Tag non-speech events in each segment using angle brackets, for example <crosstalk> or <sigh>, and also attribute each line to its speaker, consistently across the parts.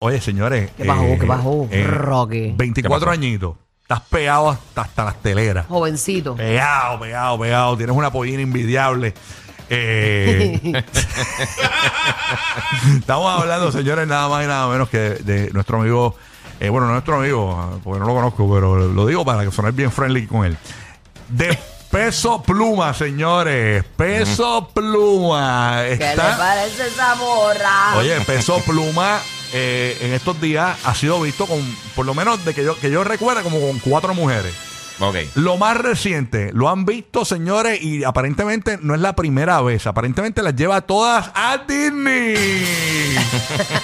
Speaker 1: Oye, señores. eh,
Speaker 2: ¿Qué pasó? ¿Qué pasó, Rocky?
Speaker 1: 24 añitos. Estás pegado hasta, hasta las teleras.
Speaker 2: Oh. Jovencito.
Speaker 1: Eh, Pegado, pegado, pegado. Tienes una pollina invidiable.
Speaker 2: <laughs>
Speaker 1: Eh, estamos hablando, señores, nada más y nada menos que de nuestro amigo. eh, bueno, no nuestro amigo, porque no lo conozco, pero lo digo para que sonar bien friendly con él. De peso pluma, señores. Peso pluma.
Speaker 2: ¿Qué le
Speaker 1: Está.
Speaker 2: parece esa morra?
Speaker 1: Oye, Peso Pluma eh, en estos días ha sido visto con, por lo menos de que yo, que yo recuerda, como con cuatro mujeres.
Speaker 3: Ok.
Speaker 1: Lo más reciente, lo han visto, señores, y aparentemente no es la primera vez. Aparentemente las lleva todas a Disney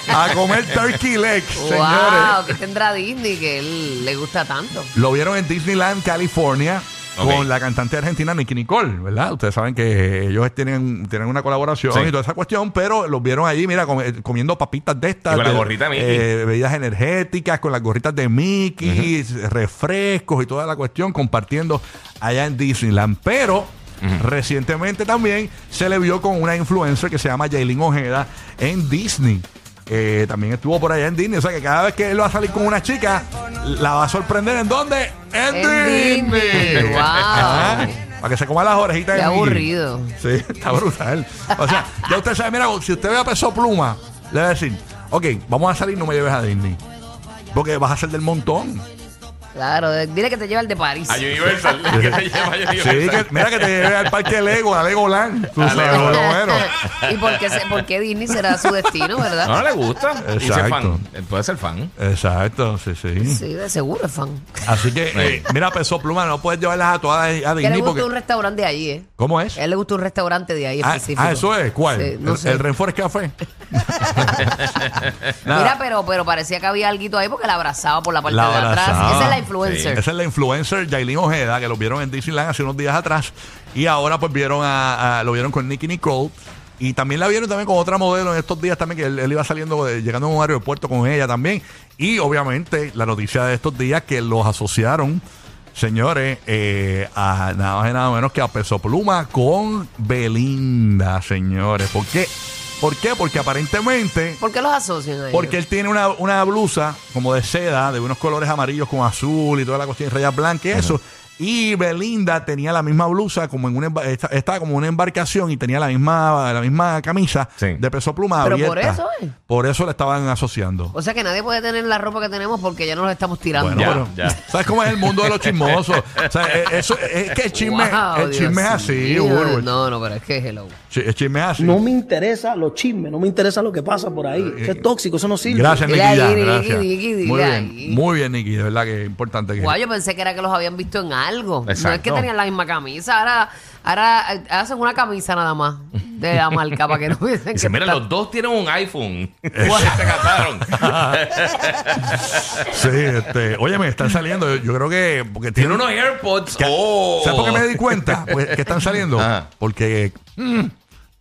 Speaker 1: a comer turkey legs, señores.
Speaker 2: wow, que tendrá Disney que él le gusta tanto.
Speaker 1: Lo vieron en Disneyland, California.
Speaker 3: Ok.
Speaker 1: Con la cantante argentina Nicky Nicole, ¿verdad? Ustedes saben que ellos tienen, tienen una colaboración
Speaker 3: Sí.
Speaker 1: y toda esa cuestión, pero los vieron allí, mira, com- eh, comiendo papitas de estas.
Speaker 3: Y con la
Speaker 1: de-
Speaker 3: gorrita Mickey.
Speaker 1: eh, bebidas energéticas, con las gorritas de Mickey, refrescos y toda la cuestión, compartiendo allá en Disneyland. Pero recientemente también se le vio con una influencer que se llama Jailin Ojeda en Disney. Eh, también estuvo por allá en Disney. O sea que cada vez que él va a salir con una chica, la va a sorprender. ¿En dónde? En,
Speaker 2: En
Speaker 1: Disney.
Speaker 2: Disney. Wow.
Speaker 1: Ajá. Para que se coma las orejitas
Speaker 2: Qué
Speaker 1: de Mickey.
Speaker 2: aburrido.
Speaker 1: Sí, <laughs> está brutal. O sea, ya usted sabe, mira, si usted ve a Peso Pluma, le va a decir, ok, vamos a salir, no me lleves a Disney. Porque vas a ser del montón.
Speaker 2: Claro, de- dile que te lleva el de París.
Speaker 3: A Universal. ¿Qué <laughs> te lleva
Speaker 1: <laughs>
Speaker 3: a
Speaker 1: Sí, que,
Speaker 3: Universal?
Speaker 1: mira que te lleve al parque Lego, a Legoland. Tú
Speaker 3: A
Speaker 1: sabes,
Speaker 3: Legoland.
Speaker 1: pero bueno.
Speaker 2: <laughs> ¿Y por qué, se- por qué Disney será su destino, verdad?
Speaker 1: Ah.
Speaker 3: No, no le gusta. Y si es
Speaker 1: Exacto.
Speaker 3: fan. Él Puede ser fan.
Speaker 1: Exacto, sí, sí.
Speaker 2: Sí, de seguro es fan.
Speaker 1: Así que, eh, mira, Peso Pluma, no puedes llevarlas a todas a
Speaker 2: Que le
Speaker 1: Disney
Speaker 2: gusta
Speaker 1: porque...
Speaker 2: un restaurante de ahí, ¿eh?
Speaker 1: ¿Cómo es?
Speaker 2: A él le gusta un restaurante de ahí
Speaker 1: Ah,
Speaker 2: específico.
Speaker 1: ah, eso es, ¿cuál?
Speaker 2: Sí, no
Speaker 1: el,
Speaker 2: sé.
Speaker 1: el Renforest
Speaker 2: <laughs>
Speaker 1: Café. Nada.
Speaker 2: Mira, pero, pero parecía que había algo ahí porque la abrazaba por la parte
Speaker 1: La
Speaker 2: de atrás.
Speaker 1: abrazaba.
Speaker 2: Esa es la influencer.
Speaker 1: Esa es la influencer Jailin Ojeda, que lo vieron en Disneyland hace unos días atrás. Y ahora pues vieron a, a- lo vieron con Nicky Nicole. Y también la vieron también con otra modelo en estos días también, que él, él iba saliendo, de- llegando a un aeropuerto con ella también. Y obviamente la noticia de estos días que los asociaron, señores, eh, a nada más y nada menos que a Peso Pluma con Belinda, señores. ¿Por qué? ¿Por qué? Porque aparentemente...
Speaker 2: ¿Por qué los asocian a ellos?
Speaker 1: Porque él tiene una, una blusa como de seda, de unos colores amarillos con azul y toda la cuestión, y rayas blancas y eso. Y Belinda tenía la misma blusa, como en una emba- esta- estaba como en una embarcación y tenía la misma, la misma camisa
Speaker 3: Sí.
Speaker 1: de peso pluma
Speaker 2: Pero
Speaker 1: abierta.
Speaker 2: por eso, ¿eh?
Speaker 1: Por eso la estaban asociando.
Speaker 2: O sea que nadie puede tener la ropa que tenemos porque ya nos la estamos tirando.
Speaker 1: Bueno,
Speaker 3: Ya,
Speaker 1: pero,
Speaker 3: ya.
Speaker 1: ¿sabes cómo es el mundo de los
Speaker 2: <laughs>
Speaker 1: chismosos? O sea, eh, eso- es que el chisme,
Speaker 2: Wow,
Speaker 1: el chisme es
Speaker 2: Dios
Speaker 1: así,
Speaker 2: mío.
Speaker 1: Burbu.
Speaker 2: No, no, pero es que hello.
Speaker 1: Chi- El chisme es así.
Speaker 4: No me interesa los chismes, no me interesa lo que pasa por ahí. Eso es tóxico, eso no sirve.
Speaker 1: Gracias,
Speaker 2: Dile
Speaker 1: Nicky.
Speaker 2: ahí,
Speaker 1: ya,
Speaker 2: Nicky,
Speaker 1: gracias.
Speaker 2: Nicky, dile
Speaker 1: Muy
Speaker 2: ahí.
Speaker 1: bien, muy bien, Nicky. De verdad que es importante que.
Speaker 2: Guau, yo pensé que era que los habían visto en algo. No es que
Speaker 3: Exacto.
Speaker 2: tenían la misma camisa. Ahora, ahora eh, hacen una camisa nada más de la marca para que no piensen que.
Speaker 3: Dice, mira,
Speaker 2: está-
Speaker 3: los dos tienen un iPhone. Se
Speaker 1: <laughs>
Speaker 3: casaron.
Speaker 1: Sí, este, oye, me están saliendo. Yo, yo creo que porque
Speaker 3: Tienen
Speaker 1: tiene
Speaker 3: unos
Speaker 1: uno.
Speaker 3: AirPods. Oh.
Speaker 1: ¿Sabes por qué me di cuenta? Pues, que están saliendo
Speaker 3: Ajá.
Speaker 1: porque mm,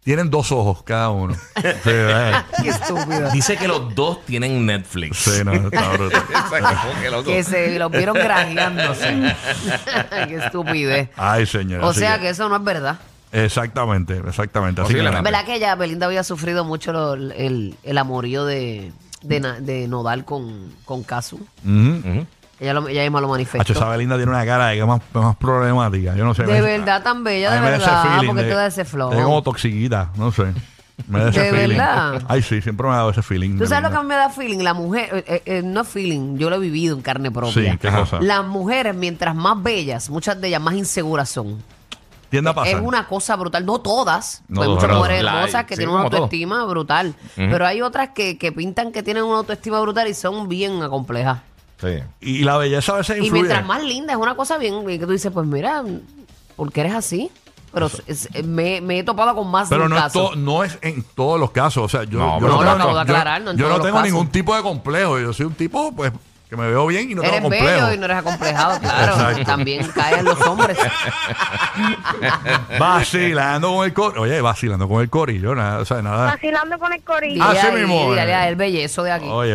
Speaker 1: tienen dos ojos cada uno. Sí, eh.
Speaker 2: Qué estúpido.
Speaker 3: Oh. Dice que los dos tienen Netflix.
Speaker 1: Sí, no, está brutal.
Speaker 3: Exacto, <laughs> qué loco.
Speaker 2: que se los
Speaker 1: <laughs>
Speaker 2: vieron grajeándose. <laughs> Qué estupidez.
Speaker 1: Ay, señor.
Speaker 2: O
Speaker 1: así
Speaker 2: sea que eso no es verdad.
Speaker 1: exactamente, exactamente. Así que nada.
Speaker 3: Posiblemente.
Speaker 2: ¿Verdad que ella, Belinda, había sufrido mucho lo- el, el amorío de, de, na- de Nodal con, con Casu?
Speaker 1: Ujú.
Speaker 2: Ella, lo- ella misma lo
Speaker 1: Hacho,
Speaker 2: manifestó.
Speaker 1: esa Belinda tiene una cara de que más, más problemática. Yo no sé.
Speaker 2: De
Speaker 1: me-
Speaker 2: verdad tan bella,
Speaker 1: a mí
Speaker 2: de
Speaker 1: me da ese
Speaker 2: verdad,
Speaker 1: feeling
Speaker 2: porque
Speaker 1: de-
Speaker 2: tú das ese flow.
Speaker 1: de como toxiquita, no sé. Me da ese
Speaker 2: De
Speaker 1: feeling.
Speaker 2: verdad.
Speaker 1: Ay, sí, siempre me ha dado ese feeling.
Speaker 2: ¿Tú
Speaker 1: de
Speaker 2: sabes lo que
Speaker 1: Belinda.
Speaker 2: a mí me da feeling? La mujer, eh, eh, eh, no feeling, yo lo he vivido en carne propia.
Speaker 1: Sí, qué
Speaker 3: Ajá.
Speaker 1: cosa.
Speaker 2: Las mujeres, mientras más bellas, muchas de ellas más inseguras son.
Speaker 1: Tienda a pasar.
Speaker 2: Es una cosa brutal. No todas.
Speaker 1: No
Speaker 2: hay
Speaker 1: todas,
Speaker 2: muchas
Speaker 1: pero
Speaker 2: mujeres
Speaker 3: la hay.
Speaker 2: hermosas que
Speaker 3: Sí,
Speaker 2: tienen una
Speaker 3: como todo.
Speaker 2: autoestima brutal. Pero hay otras que, que pintan que tienen una autoestima brutal y son bien acomplejadas.
Speaker 3: Sí.
Speaker 1: Y la belleza a veces
Speaker 2: Y
Speaker 1: influye.
Speaker 2: mientras más linda, es una cosa bien bien que tú dices, pues mira, ¿por qué eres así? Pero es- es- me, me he topado con más de
Speaker 1: Pero
Speaker 2: un
Speaker 1: no es,
Speaker 2: caso.
Speaker 1: to- no es en todos los casos. O sea, yo
Speaker 3: No,
Speaker 1: yo
Speaker 3: pero no,
Speaker 1: tengo,
Speaker 3: no, acabo
Speaker 2: de
Speaker 1: yo-
Speaker 2: aclarar, no en
Speaker 1: yo
Speaker 2: todos
Speaker 1: no
Speaker 2: los
Speaker 1: tengo ningún
Speaker 2: casos.
Speaker 1: tipo de complejo. Yo soy un tipo pues que me veo bien y no
Speaker 2: Eres
Speaker 1: tengo complejo.
Speaker 2: bello y no eres acomplejado,
Speaker 1: <laughs>
Speaker 2: claro.
Speaker 1: Exacto.
Speaker 2: También caen los
Speaker 1: <laughs>
Speaker 2: hombres.
Speaker 1: Vacilando con el corillo. Oye, vacilando con el corillo. Nada, o sea, nada.
Speaker 5: vacilando con el corillo.
Speaker 1: Ah,
Speaker 2: Dile
Speaker 1: sí
Speaker 2: ahí,
Speaker 1: mismo,
Speaker 2: Dile
Speaker 1: eh.
Speaker 2: a él bellezo de aquí.
Speaker 1: Oye,